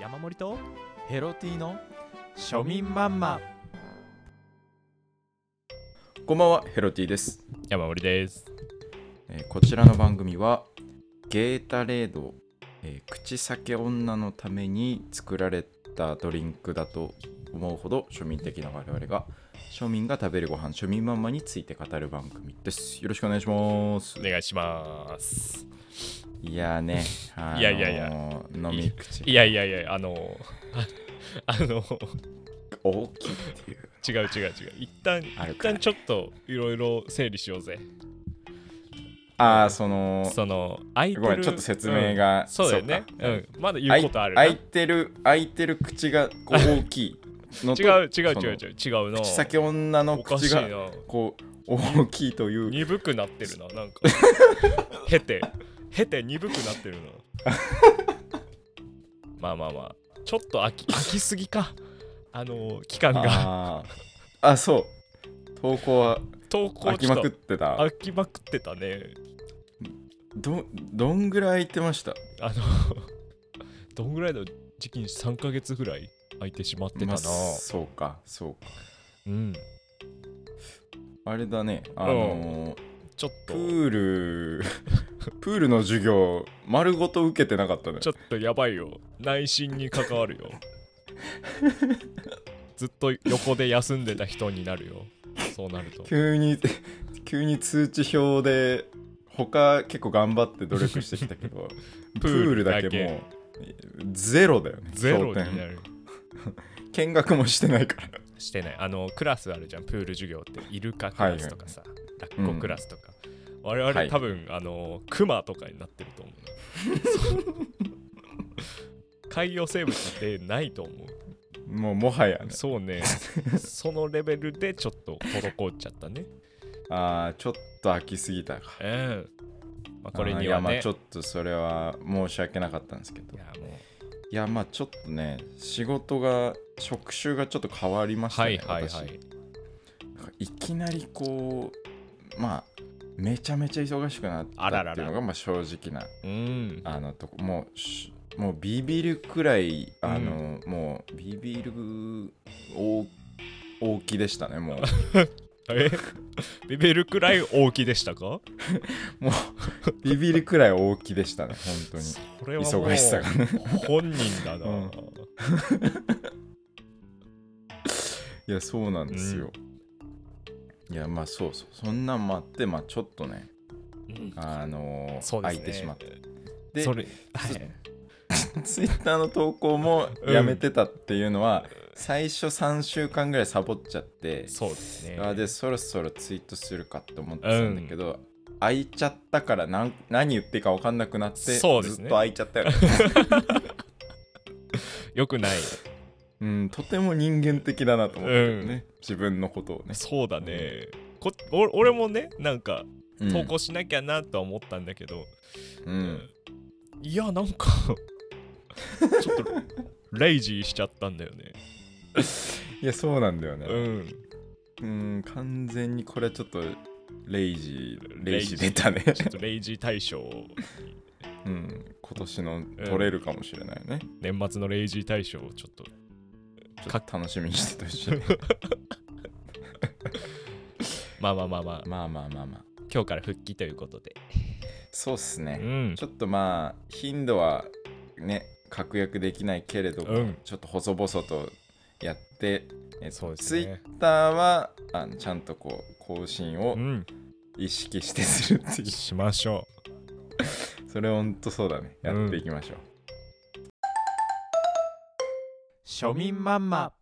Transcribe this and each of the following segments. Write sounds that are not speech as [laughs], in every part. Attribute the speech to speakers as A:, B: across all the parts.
A: 山盛りと
B: ヘロティの庶民マンマこんばんはヘロティです、
A: 山盛りです
B: えーこちらの番組はゲータレード、えー口酒女のために作られたドリンクだと思うほど庶民的な我々が庶民が食べるご飯庶民マンマについて語る番組ですよろしくお願いします
A: お願いします
B: いやーね、あのー
A: いやいやいや
B: 飲み口
A: いやいやいやあの [laughs] あの
B: 大きいっていう
A: 違う違う違う一旦
B: ある
A: 一
B: から
A: 旦ちょっといろいろ整理しようぜ
B: ああその
A: その空いてる
B: ごめんちょっと説明が
A: うんそうだよね
B: そう
A: う
B: か
A: んまだ言
B: あ
A: う
B: い
A: ことあるな
B: 開いてる開いてる口がこう大きいのと
A: [laughs] 違う違う違
B: う
A: う違う違うな
B: 口先女の
A: おかし
B: 口
A: いな
B: がこう大きいという
A: 鈍くなってるな
B: [laughs]
A: なんかへてへて鈍くなってるな [laughs] まあまあまあちょっと飽き飽きすぎかあの期間が
B: あーあそう投稿は
A: 投稿
B: 開きまくっ
A: ちょと
B: てた
A: 飽きまくってたね
B: どどんぐらい開いてました
A: あの [laughs] どんぐらいの時期に3ヶ月ぐらい空いてしまってた
B: ま
A: な、
B: あそうかそうか
A: うん
B: あれだねあのー
A: ちょっ
B: プ
A: と
B: ール [laughs] プールの授業丸ごと受けてなかったね
A: ちょっとやばいよ内心に関わるよずっと横で休んでた人になるよそうなると
B: 急に [laughs] 急に通知表で他結構頑張って努力してきたけど
A: [laughs] プ
B: プ
A: ー
B: ー
A: ル
B: ル
A: だ
B: だ
A: け
B: けもうゼロだよね
A: ゼロにな
B: 頂点
A: る
B: 見学もしてないから
A: してないあのクラスあるじゃんプール授業ってイルカクラスとかさ、ラッコクラスとか、我々、
B: はい
A: 多分あのクマとかになってると思う
B: [laughs]
A: なそう海洋生物ってないと思う
B: もうもはやね
A: そ
B: [laughs]
A: うねそのレベルでちょっと滞っちゃったね
B: ああちょっと飽きすぎたか
A: うん、まあ、これ
B: あー
A: に
B: いや
A: は
B: ま
A: ね
B: あちょっとそれは申し訳なかったんですけど
A: いやもう
B: いやまあちょっとね仕事が職種がちょっと変わりました
A: は
B: ね
A: いはいは
B: 私な
A: い
B: んかいきなりこうまあめちゃめちゃ忙しくなっ
A: あら
B: た
A: らら
B: っていうのがまあ正直な
A: うん
B: あのとこもうしもうビビるくらいあの、もうビビる大大きでしたね
A: [laughs]
B: もう
A: えビビるくらい大きでしたか
B: もうビビるくらい大きでしたね本当に
A: これはもう
B: 忙しさがね
A: 本人だな、
B: うんいやそうなんですよ、いやまあそうそうそんなんもあってまあちょっとね
A: うん
B: あの
A: そうで
B: 空い
A: すね
B: てしまってで
A: それはい
B: [laughs] ツイッターの投稿もやめてたっていうの
A: [laughs]
B: は、最初3週間ぐらいサボっちゃって
A: そうですね
B: あでそろそろツイートするかって思ってたんだけど、空いちゃったからなん何言っていいか分かんなくなって
A: そうです
B: ず
A: ね
B: っと空いちゃったよ [laughs] ね、
A: よくない
B: うん、とても人間的だなと思ってるね、自分のことをね、
A: そうだねこお俺もねなんか
B: うん
A: 投稿しなきゃなとは思ったんだけど、
B: うん、
A: いやなんか [laughs] ちょっとレイジーしちゃったんだよね
B: いやそうなんだよね、
A: うん
B: うん、完全にこれはちょっとレイジー
A: レ
B: レ
A: イ
B: イ
A: ジ
B: ジ
A: ー
B: ー出 [laughs] たね、
A: ちょっとレイジー大賞
B: うん、今年の取れるかもしれないね、
A: 年末のレイジー大賞をちょっと
B: ちょっと楽しみにしててほ [laughs] しい
A: まあまあまあまあ
B: まあまあまあまあ
A: 今日から復帰ということで
B: そうっす
A: う
B: ね、
A: ん
B: ちょっとまあ頻度はね確約できないけれども、
A: うん
B: ちょっと細々とやってえ
A: そうです
B: ツイ
A: ね
B: ッターはあのちゃんとこう更新を
A: うん
B: 意識してするっていう、 [laughs]
A: しましょ
B: それほんとそうだねやっていきましょう、
A: 庶民マンマ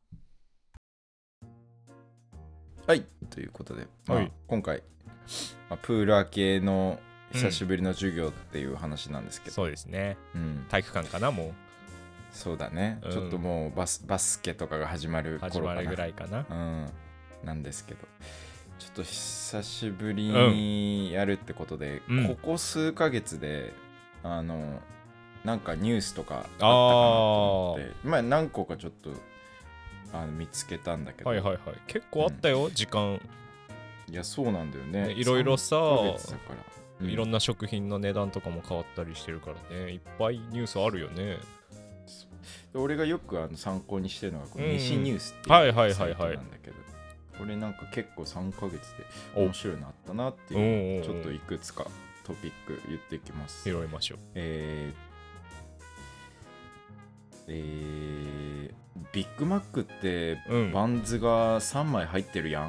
B: はいということで、まあ
A: はい
B: 今回、まあ、プール明けの久しぶりの授業っていう話なんです
A: う
B: けど、
A: そうですね
B: うん
A: 体育館かなも
B: そうだね、
A: うん
B: ちょっともうバスバスケとかが始ま
A: う
B: る
A: 始
B: 頃
A: ま
B: かな
A: るぐらいかな
B: うん、なんですけどちょっと久しぶりにやるってことで、
A: うん
B: ここ数ヶ月であのなんかニュースとかあったかなと思ってまあ何個かちょっとあの見つけたんだけど、
A: はいはいはい結構あったよ時間
B: い、やそうなんだよね
A: ねいろいろさ
B: 3ヶ月だから、う
A: いろんな食品の値段とかも変わったりしてるからねいっぱいニュースあるよね
B: 俺がよくあの参考にしてるのがこの
A: うんうん
B: 西ニュースって
A: はいいうはい
B: サ
A: はいはい
B: イトなんだけど、これなんか結構3ヶ月で
A: お
B: 面白いのあったなって
A: うん
B: いう
A: うんうん
B: ちょっといくつかトピック言っていきます。
A: 拾いましょう
B: えーえービッグマックって
A: うん
B: バンズが3枚入ってるやんっ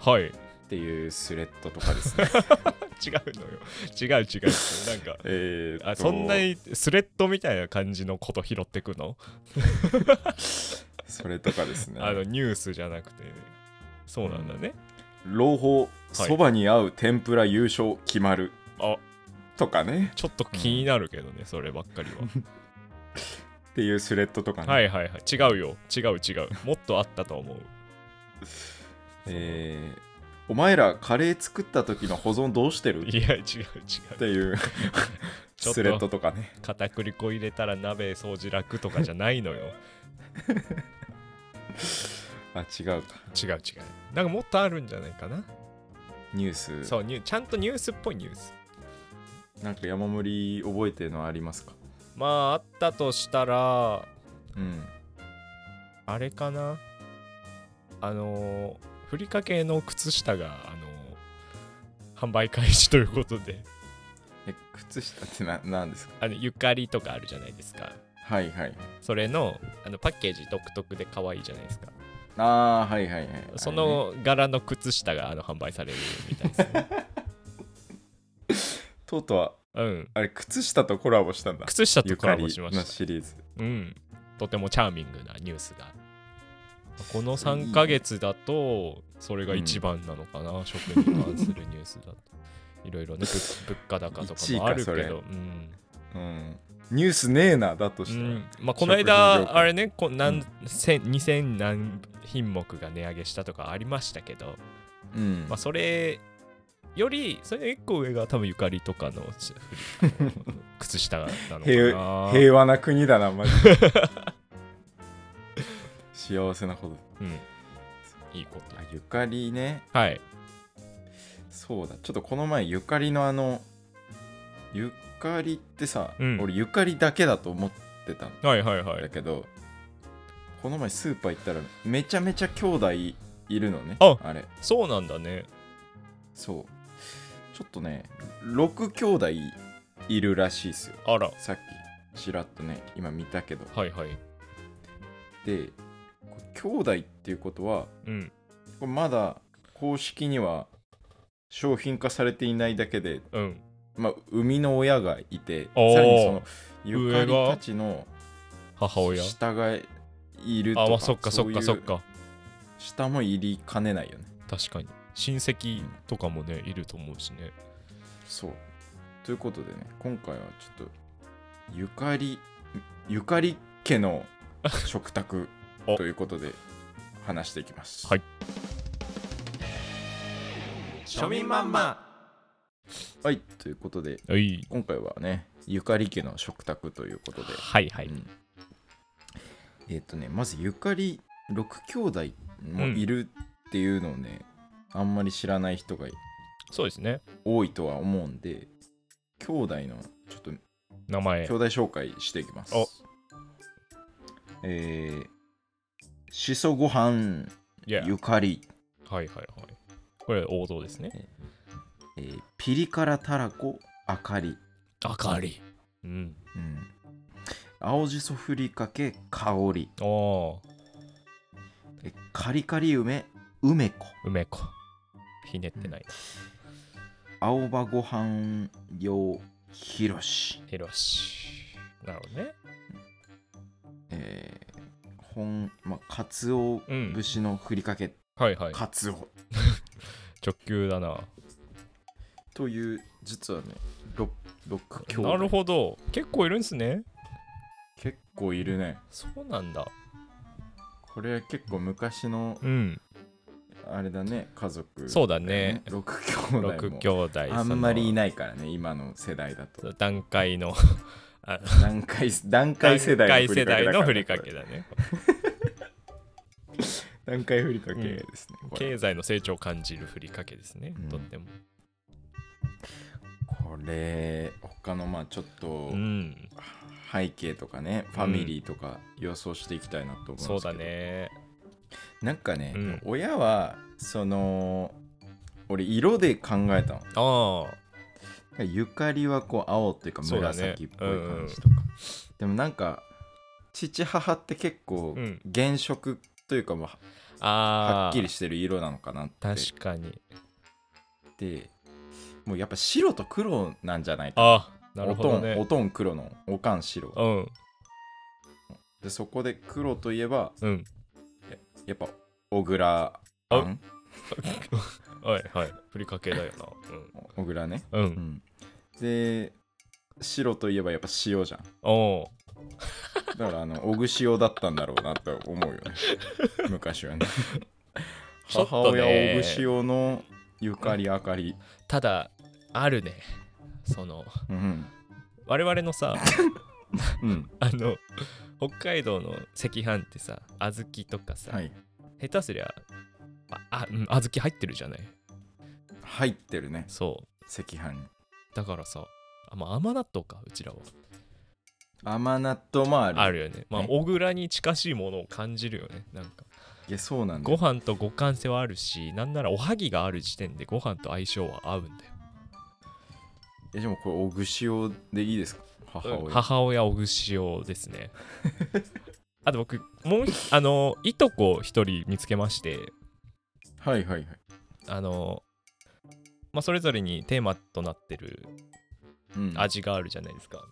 A: はい [laughs] 違う
B: ていうスレッドとかです
A: [laughs]
B: ね。
A: のよ違う違うなんか
B: えーと
A: あそんなにスレッドみたいな感じのこと拾ってくの
B: それとかですね。
A: あのニュースじゃなくてそうなんだね、
B: 朗報
A: はい
B: そばに合う天ぷら優勝決まる
A: あ
B: とかね
A: ちょっと気になるけどね、そればっかり
B: っていうスレッドとかね、
A: ははいはいはい違うよ違う違うもっとあったと思う
B: えーお前らカレー作った時の保存どうしてるっ
A: いや違う違
B: ていう
A: ちょっと
B: スレッドとかね
A: う片栗粉入れたら鍋掃除楽とかじゃないのよ
B: [laughs] あ違うか
A: 違う違うなんかもっとあるんじゃないかな、
B: ニュース
A: そうニュちゃんとニュースっぽいニュース
B: なんか山盛り覚えてるのありますか
A: まああったとしたら
B: うん
A: あれかなあのーふりかけの靴下があのー販売開始ということで
B: え靴下ってな何ですか
A: あのゆかりとかあるじゃないですか
B: はいはい
A: それのあのパッケージ独特で可愛いじゃないですか
B: あーはいはいはい
A: そ
B: あれね
A: の柄の靴下があの販売されるみたいで
B: [laughs]
A: すね
B: とうとう
A: うん
B: あれ靴下とコラボしたんだ
A: 靴下と
B: ゆ
A: コ
B: か
A: ラ
B: り
A: ボしまし
B: の
A: た
B: シリーズ
A: うん、とてもチャーミングなニュースが。この3ヶ月だと、それが一番なのかな、食に関するニュースだと。いろいろね、
B: [laughs]
A: 物物価高とか
B: 1位
A: も
B: か
A: あるけ
B: それ
A: ど、うん。
B: うんニュースねえなだと
A: う
B: したら、
A: ん、まあ、こ
B: 食品
A: の
B: 業界
A: 間、あれね、こなん
B: うん
A: 千2000何品目が値上げしたとかありましたけど、
B: うん
A: まあ、それより、それの1個上が多分ゆかりとかのしふりあの靴下なのかな。
B: 平和な国だなマジで
A: [laughs]
B: 幸せなこと
A: うん、いいこと
B: あ。ゆかりね
A: はい。
B: そうだちょっとこの前ゆかりのあのゆかりってさ、
A: うん
B: 俺ゆかりだけだと思ってたん
A: はいはいはい
B: だ。けど、この前スーパー行ったらめちゃめちゃ兄弟いるのね
A: あ
B: れ
A: そうなんだね。
B: そうちょっとね6兄弟いるらしいですよ
A: あら。
B: さっきちらっとね今見たけど
A: はいはい。
B: でこう兄弟っていうことは
A: うん。
B: これまだ公式には商品化されていないだけで、
A: うん。
B: まあ、生みの親がいてさ
A: おー
B: らにそのゆか
A: 上が
B: りたちの
A: 母親。
B: 下がいるとか
A: あ、まあそっかそっかそっ
B: ういう
A: か。
B: 下も入りかねないよね
A: 確かに。親戚とかもね、いると思うしね。
B: そうということでね今回はちょっとゆかりゆかり家の食卓
A: [laughs] お
B: ということで話していきます
A: はい
B: 庶民マンマはいということで
A: はい。
B: 今回はねゆかり家の食卓ということで、
A: はいはい。
B: うんえっ、とねまずゆかり6兄弟もいるっていうのをね、あんまり知らない人が
A: そうですね。
B: 多いとは思うんで兄弟のちょっと
A: 名前
B: 兄。弟紹介していきます
A: お
B: えー、しそご飯
A: いや。はい
B: ゆかり、
A: はいはい。これ王道ですね。
B: えーピリ辛たらこあかり、
A: あかり。うん。
B: うん、青じそふりかけ香り
A: ああ。
B: えカリカリ梅梅子
A: 梅子。ひねってないな。
B: 青葉ご飯用ひろし、
A: ひろし。なるほどね。
B: えー、本まあかつお
A: うん
B: 節のふりかけ、
A: はいはい。
B: かつお
A: 直球だな。
B: という実はね六六兄弟
A: なるほど。結構いるんですね。
B: 結構いるね
A: そうなんだ。
B: これは結構昔の
A: うん。
B: あれだね家族
A: そうだね。
B: 六兄弟
A: 6兄
B: も
A: 弟。
B: あんまりい
A: い。
B: ないからね今の世代だと
A: 段
B: [laughs]
A: 階の
B: 段 [laughs] 階段階世代
A: 段階世代のふりかけ
B: だ [laughs]
A: だね。
B: ら段階ふりかけですね、これ
A: 経済の成長を感じるふりかけですね。
B: うん
A: とっても。
B: これ他のまあちょっと
A: うん。
B: 背景とかね、ファミリーとか予想していきたいなと思うんですけ
A: そ
B: ど
A: うだね。
B: なんかね、
A: うん
B: 親はその俺色で考えたの
A: ああ、
B: ゆかりはこう青っていうか
A: そうだね
B: 紫っぽい感じとか、でもなんか父母って結構
A: うん
B: 原色というかもうは
A: ああ、
B: はっきりしてる色なのかなって
A: 確かに。
B: でもうやっぱ白と黒なんじゃないか
A: ああ、なるほど
B: おとんお
A: ね。
B: とん黒のおかん白
A: うん、
B: でそこで黒といえば
A: うん。
B: やっぱ小倉あん
A: はいはい。ふりかけだよ
B: 小倉ね、
A: な。うん。う。
B: うんん、で白といえばやっぱ塩じゃん
A: おお
B: だからあの小串用だったんだろうなって思うよね
A: [laughs]
B: 昔はね
A: ちょっ
B: 母
A: とね
B: 親小串用のゆかりあかり、
A: ー。ただ、あるね。その、
B: うん
A: 我々のさ、
B: うん、
A: あの、北海道の赤飯ってさ、小豆とかさ、
B: はい
A: 下手すりゃ、あ、あうん、小豆入ってるじゃない。
B: 入ってるね
A: そう。
B: 赤飯に
A: だからさ、あまあ、甘納豆か、うちらは。
B: 甘納豆もある
A: あるよね。まあ
B: ね、
A: 小倉に近しいものを感じるよね。なんか、
B: いやそうなんだ
A: ご
B: よ
A: 飯と互換性はあるし、なんならおはぎがある時点でご飯と相性は合うんだよ。
B: えでもこれ小串用でいいですか母親、
A: 母親おぐしおです
B: [laughs]
A: ね。あと僕、もう一、あの、いとこ一人見つけまして、
B: はいはいはい
A: あの、まあ、それぞれにテーマとなってる
B: うん
A: 味があるじゃないですか。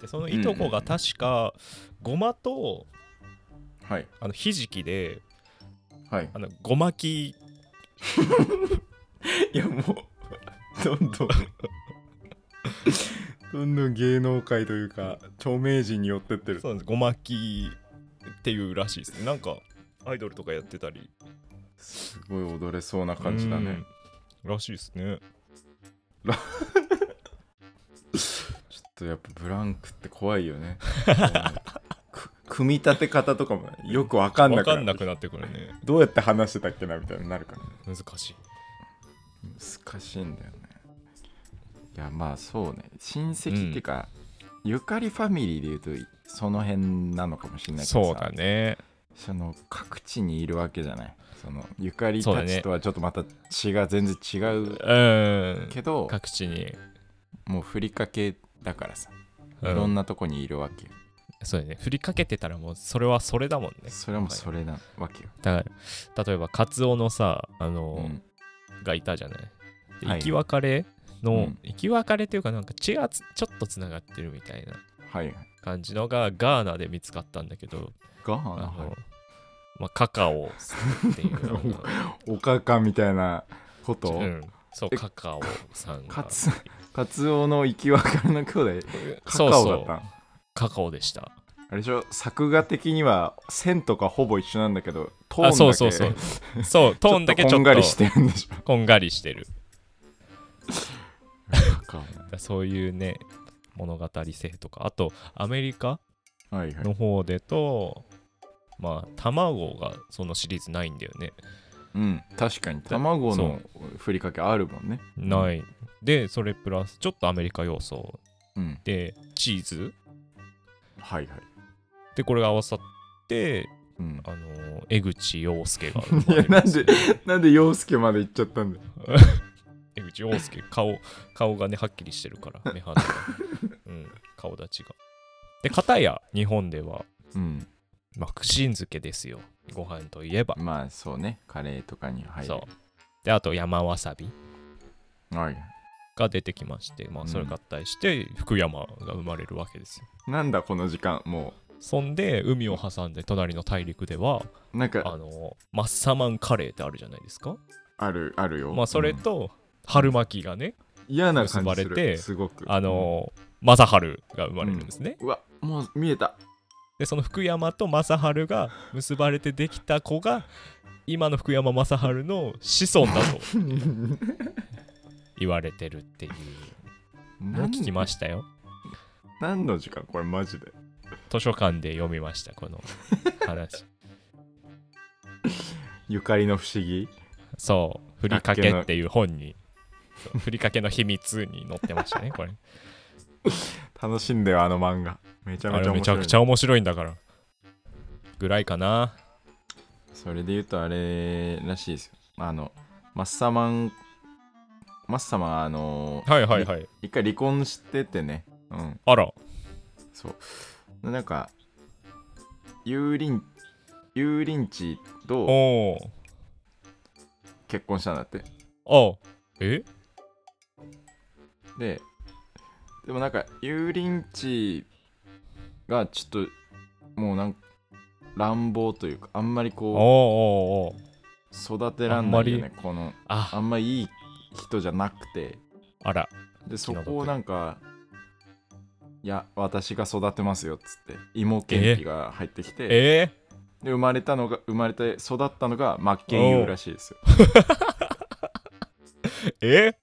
A: で、そのいとこが確か、ごまと
B: はい
A: あのひじきで、 [laughs]
B: はい
A: あのごまき
B: いやもうどんどんどんどん芸能界というか著名人に寄ってってる
A: そうなんです。ごまきっていうらしいですね。なんかアイドルとかやってたり。
B: すごい踊れそうな感じだね
A: うん。らしいですね。
B: ちょっとやっぱブランクって怖いよ [laughs] ねく組み立て方とかもよくわかん
A: わ
B: なく
A: か
B: なんる
A: なくなってくるね。
B: どうやって話してたっけなみたいになるから
A: 難しい。
B: 難しいんだよねいやまあそうね親戚っていうか、ゆかりファミリーでいうとその辺なのかもしれないけどさ
A: そうだね。
B: その各地にいるわけじゃないそのゆかりたちとはちょっとまた違う全然違う
A: うん。
B: けど
A: 各地に。
B: もうふりかけだからさい
A: うん
B: ろんなとこにいるわけよ
A: そうだね。振りかけてたらもうそれはそれだもんね。
B: それはもうそれなわけよ、
A: だから、例えばカツオのさ、あの、
B: うん
A: がいたじゃない。で
B: はい
A: 生き別れの、
B: うん
A: 生き別れっていうかなんか血がつちょっとつながってるみたいな
B: はい
A: 感じのがガーナで見つかったんだけど、
B: ガ
A: あ
B: ー
A: の、まあ、カカオを吸っていうよ
B: [laughs]
A: う
B: おかかみたいなこと、
A: な、うん、そう
B: え
A: カカオさんが
B: カツカツオの生き別れの兄弟カカ
A: そう
B: オだ
A: そ
B: った
A: う
B: の
A: カカオでし
B: あ
A: た
B: れでしょ作画的には線とかほぼ一緒なんだけどトーンだ
A: あ
B: け
A: そうそうそう
B: [laughs]
A: そうトーンだけちょっと
B: こんがりしてるんでしょ
A: こんがりしてる
B: カカ
A: だそういうね物語性とかあとアメリカ
B: オはいはい
A: の方でとまあ卵がそのシリーズないんだよね
B: うん確かに卵
A: そ
B: の
A: う
B: ふりかけあるもんね
A: ないでそれプラスちょっとアメリカ要素
B: うん
A: でチーズ
B: はいはい
A: でこれが合わさって
B: うん
A: [laughs] あの江口洋介が
B: いやなんでなんで陽介まで行っちゃったんだよ
A: 江口洋介顔顔がねはっきりして
B: [laughs]
A: るから目鼻が、うん、顔立ちがで片や日本では、
B: うん
A: まあ、福神漬けですよご飯といえば、
B: まあそうねカレーとかに入る
A: そうであと山わさび
B: はい
A: が出てきまして、まあ、それ合体して福山が生まれるわけですよ、
B: なんだこの時間も
A: そんで海を挟んで隣の大陸では
B: うなんか
A: [laughs] あのマッサマンカレーってあるじゃないですか
B: あるあるよ
A: まあそれ
B: うん
A: と春巻きがね
B: 嫌な感じす
A: 結ばれ
B: る
A: て
B: すごく
A: あの正治が生まれるんですね、
B: うんうわもう見え
A: [laughs]
B: た
A: でその福山と正治が結ばれてできた子が今の福山雅治の子孫だと言われてるっていうのを聞きましたよ
B: た何の時間これマジで
A: 図書館で読みましたこの
B: [laughs]
A: 話
B: ゆかりの不思議
A: そう「ふりかけ」っていう本
B: [laughs]
A: にそうふりかけの秘密に載ってましたねこれ
B: 楽しんでよあの漫画めちゃ
A: あ
B: めち
A: れ
B: ゃ面白い、
A: めちゃくちゃ面白いんだから。ぐらいかな。
B: それで言うとあれらしいですよ。あの、マッサマン、マッサマンはあの、
A: はいはいはい。
B: 一回離婚しててね。うん、
A: あら。
B: そう。なんか、油林、油林地と
A: おー
B: 結婚したんだって。
A: お。え
B: で、でもなんか、油林地がちょっと、もうなんか、乱暴というか、あんまり
A: おー
B: こ
A: おーおー
B: う、育てらんないよね、この、あ
A: あ、
B: んまいい人じゃなくて。
A: あら。
B: でそこをなんか「いや私が育てますよ」っつって芋けんぴが入ってきて、
A: え
B: で生まれたのが生まれて育ったのが真剣佑らしいですよ、
A: ー、えー、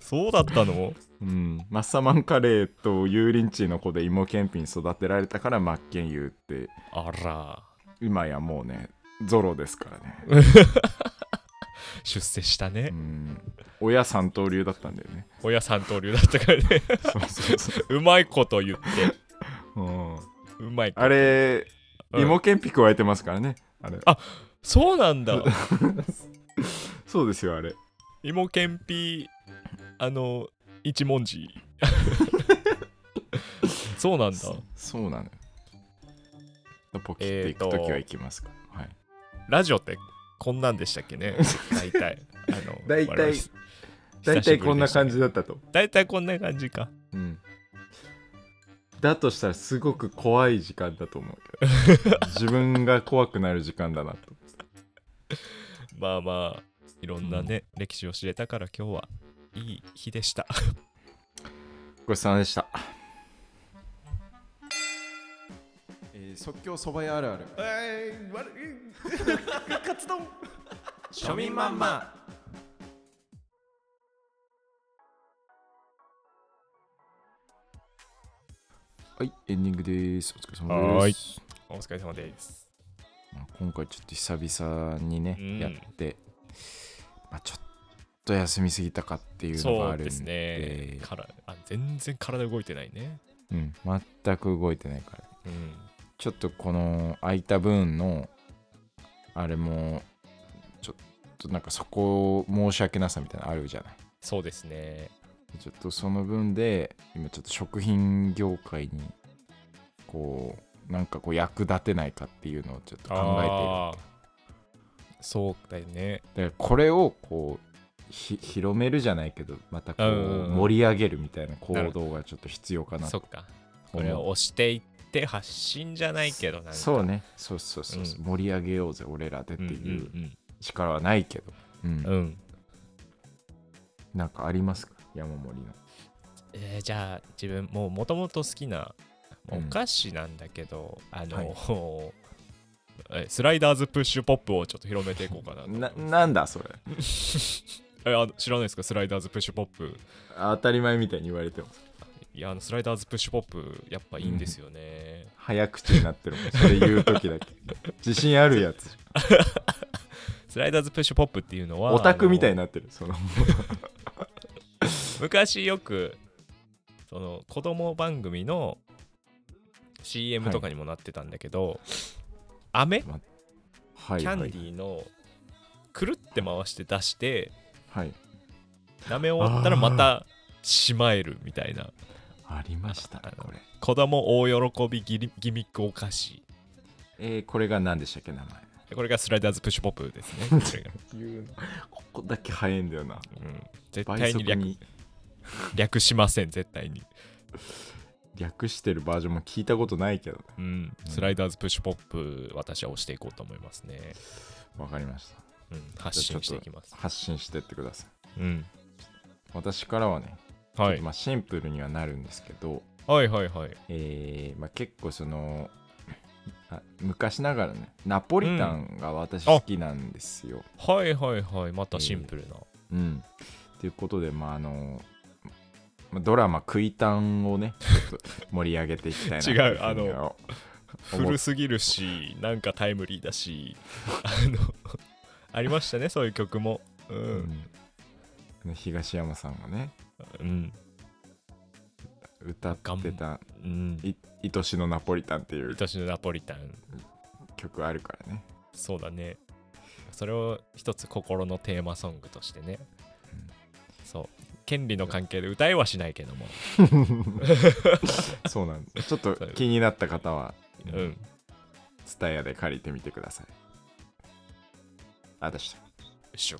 A: そうだったの
B: うん、マッサマンカレーと油淋鶏の子で芋けんぴに育てられたから真剣佑って
A: あら。
B: 今やもうねゾロですからね、
A: 出世した
B: う
A: ね。
B: ん、親三刀流だったんだよ [laughs] ね
A: 親三刀流だったからね。 [laughs]
B: そうそうそう
A: まいこと言って。
B: う、うん、
A: うまいこと。
B: あれ
A: うん
B: 芋けんぴ加えてますからねあれ
A: そうなんだ。
B: そうですよあれ
A: 芋けんぴ、あの、一文字。 [laughs] そうなんだ。
B: そそうなのよ。ポキって行くときは行きますか、はい。
A: ラジオってこんなんでしたっけ
B: [laughs]
A: ね大体。あの
B: 大体
A: 我々久しぶり
B: 大
A: でしたね
B: 体こんな感じだったと。
A: 大体こんな感じか。
B: うん。だとしたらすごく怖い時間だと思うけ [laughs] ど。自分が怖くなる時間だなと。
A: まあまあ、いろんなね、歴史を知れたから今日はいい日でした。
B: ごちそうさまでした。えー即興そば屋あるある。庶民マンマはい、エンディングです。お疲れ様です。
A: お疲れ様です。
B: まあ今回ちょっと久々にね、
A: うん
B: やって、まあ、ちょっと休みすぎたかっていうのが
A: そ
B: あ
A: う
B: るん
A: で
B: です
A: ね。からあ全然体動いてないね。
B: うん、全く動いてないから
A: うん。
B: ちょっとこの空いた分のあれもちょっとなんかそこ申し訳なさみたいなのあるじゃない
A: そうですね。
B: ちょっとその分で今ちょっと食品業界にこうなんかこう役立てないかっていうのをちょっと考え
A: あーそうだよね。
B: ているだからこれをこうひ広めるじゃないけどまたこ
A: うんうん
B: う
A: うん
B: 盛り上げるみたいな行動がちょっと必要かな
A: そ
B: と
A: っか。こ
B: 思
A: れ
B: う
A: を押していって発信じゃないけどなんか。
B: そうねそうそうそうそう、
A: うん
B: 盛り上げようぜ俺らでっ
A: う
B: て
A: んうん
B: いう力はないけど、うん
A: うん。うん。
B: なんかありますか山盛りの
A: えーじゃあ自分もうもともと好きな
B: う
A: お
B: ん
A: 菓子なんだけど、あの、
B: はい
A: [laughs] えスライダーズプッシュポップをちょっと広めていこうかなと思い
B: な
A: ます
B: なんだそれ
A: えあの知らないですかスライダーズプッシュポップ
B: 当たり前みたいに言われても
A: いやあのスライダーズプッシュポップやっぱいいんですよね、
B: 早口になってるもんそれ言う時 [laughs] だけ自信あるやつ
A: スライダーズプッシュポップっていうのは
B: オタクみたい
A: あ
B: に
A: の
B: なってるその
A: 昔よくその子供番組の CM とかにもなってたんだけど、飴
B: はい
A: キャン
B: は
A: デ
B: い
A: ィーのくるって回して出して
B: はい
A: 舐め終わったらまたしまえるみたいな
B: ありましたね
A: あの
B: これ
A: 子供大喜びギリギミックお菓子
B: えー、これが何でしたっけ名前
A: これがスライダーズプッシュポップですねこれが
B: 言うのここだけ早いんだよな
A: うん、絶
B: 倍
A: 対
B: 速
A: に略
B: に
A: 略しません絶対に、
B: 略してるバージョンも聞いたことないけどね
A: うん、スライダーズプッシュポップ私は押していこうと思いますね、
B: わかりまし
A: うん、発信していきます
B: た、発信してってください
A: うん
B: 私からはね、
A: は
B: ちょっと
A: い、
B: まあシンプルにはなるんですけど、
A: はいはいはい
B: えーまあ、結構そのあ昔ながらねナポリタンが私
A: う
B: 好
A: ん
B: きなんですよ。
A: はいはいはいまたシンプルな、
B: うんということで、まああのまあドラマ「食いタン」をねちょっと盛り上げていきたいな
A: [laughs] 違う
B: といふには思っ
A: 古すぎるしなんかタイムリー
B: [laughs]
A: だしあのありましたねそういう曲もう、
B: うんん東山さんがね
A: うん、
B: 歌ってた
A: うん
B: 「い愛しのナポリタン」っていう
A: 愛しのナポリタン
B: 曲あるからね
A: そうだねそれを一つ心のテーマソングとしてね、
B: うん
A: そう権利の関係で歌えはしないけども
B: そうなん
A: [laughs]
B: ですちょっと気になった方は
A: うん、
B: ツタヤで借りてみてくださいあでした
A: しょ